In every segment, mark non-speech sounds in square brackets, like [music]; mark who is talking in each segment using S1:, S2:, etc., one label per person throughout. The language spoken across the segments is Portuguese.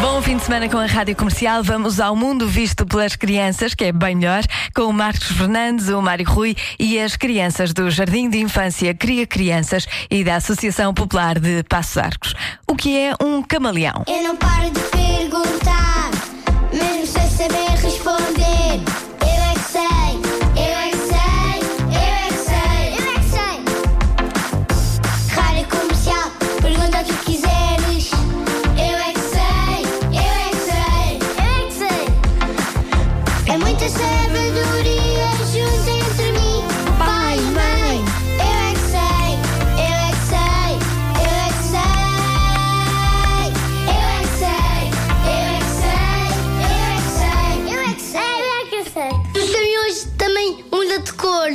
S1: Bom fim de semana com a Rádio Comercial. Vamos ao mundo visto pelas crianças, que é bem melhor, com o Marcos Fernandes, o Mário Rui e as crianças do Jardim de Infância Cria Crianças e da Associação Popular de Passos Arcos. O que é um camaleão?
S2: Eu não paro de perguntar, mesmo sem saber responder. Eu é que sei, eu é que sei, eu é que sei, eu é que sei. Rádio comercial, pergunta o que quiseres. Eu é que sei, eu é que sei, eu é que sei. É muita sabedoria junto entre mim, pai e mãe. Eu é que sei, eu é que sei, eu é que sei. Eu é que sei, eu é que sei, eu é que sei, eu é que sei, eu é que sei. Os caminhões também mudam de cor.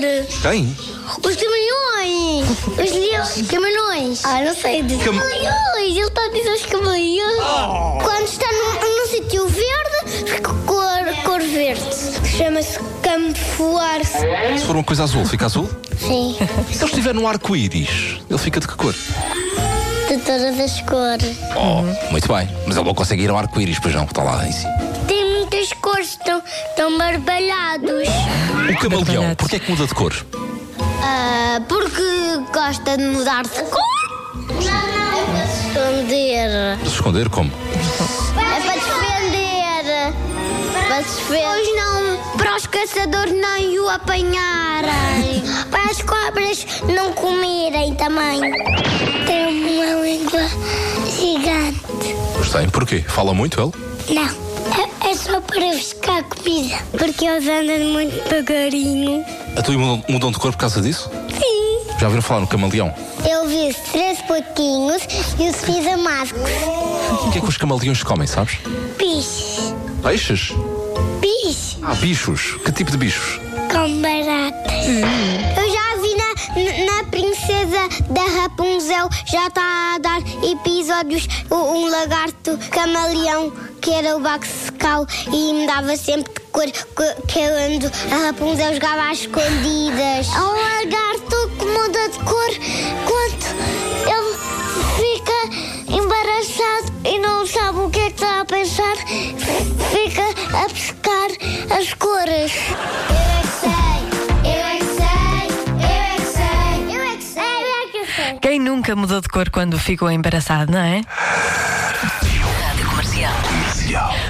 S3: Tem?
S2: Os caminhões! Os leões, os camarões! Ah, não sei dizer.
S3: Cam-
S2: Camarões! Ele está a dizer os camarões! Quando está num, num sítio verde, fica cor, cor verde. Chama-se camuflar-se.
S3: Se for uma coisa azul, fica azul?
S2: Sim,
S3: [laughs] Se ele estiver num arco-íris, ele fica de que cor?
S2: de todas as cores.
S3: Oh, muito bem. Mas ele não consegue ir ao arco-íris, pois não, está lá em cima.
S2: Tem muitas cores, estão, estão barbalhados.
S3: O camaleão,
S1: Barbalhados.
S3: porquê é que muda de cor?
S2: Ah, porque gosta de mudar de cor? Não, não, é para se esconder.
S3: Se esconder como?
S2: É para defender. Para defender. Pois não, para os caçadores não o apanharem. [laughs] para as cobras não comerem também. Tem uma língua gigante.
S3: Gostei. Porquê? Fala muito ele?
S2: Não. É, é só para buscar comida. Porque eles andam muito devagarinho.
S3: A tua Então, mudam, mudam de cor por causa disso?
S2: Sim.
S3: Já ouviram falar no camaleão?
S2: Eu vi três porquinhos e os fiz amascos.
S3: O que é que os camaleões comem, sabes?
S2: Pis.
S3: Peixes?
S2: Pis.
S3: Ah, bichos. Que tipo de bichos?
S2: com baratas. Eu já vi na, na- na princesa da Rapunzel, já está a dar episódios, o- um lagarto camaleão que era o Baxcal e me dava sempre de cor que, que eu ando. A Rapunzel jogava às escondidas. Há um lagarto que muda de cor quando ele fica embaraçado e não sabe o que é que está a pensar, fica a pescar as cores. Eu é que sei, eu é que sei, eu é que sei, eu é que sei, eu é que sei.
S1: Quem nunca mudou de cor quando ficou embaraçado, não é?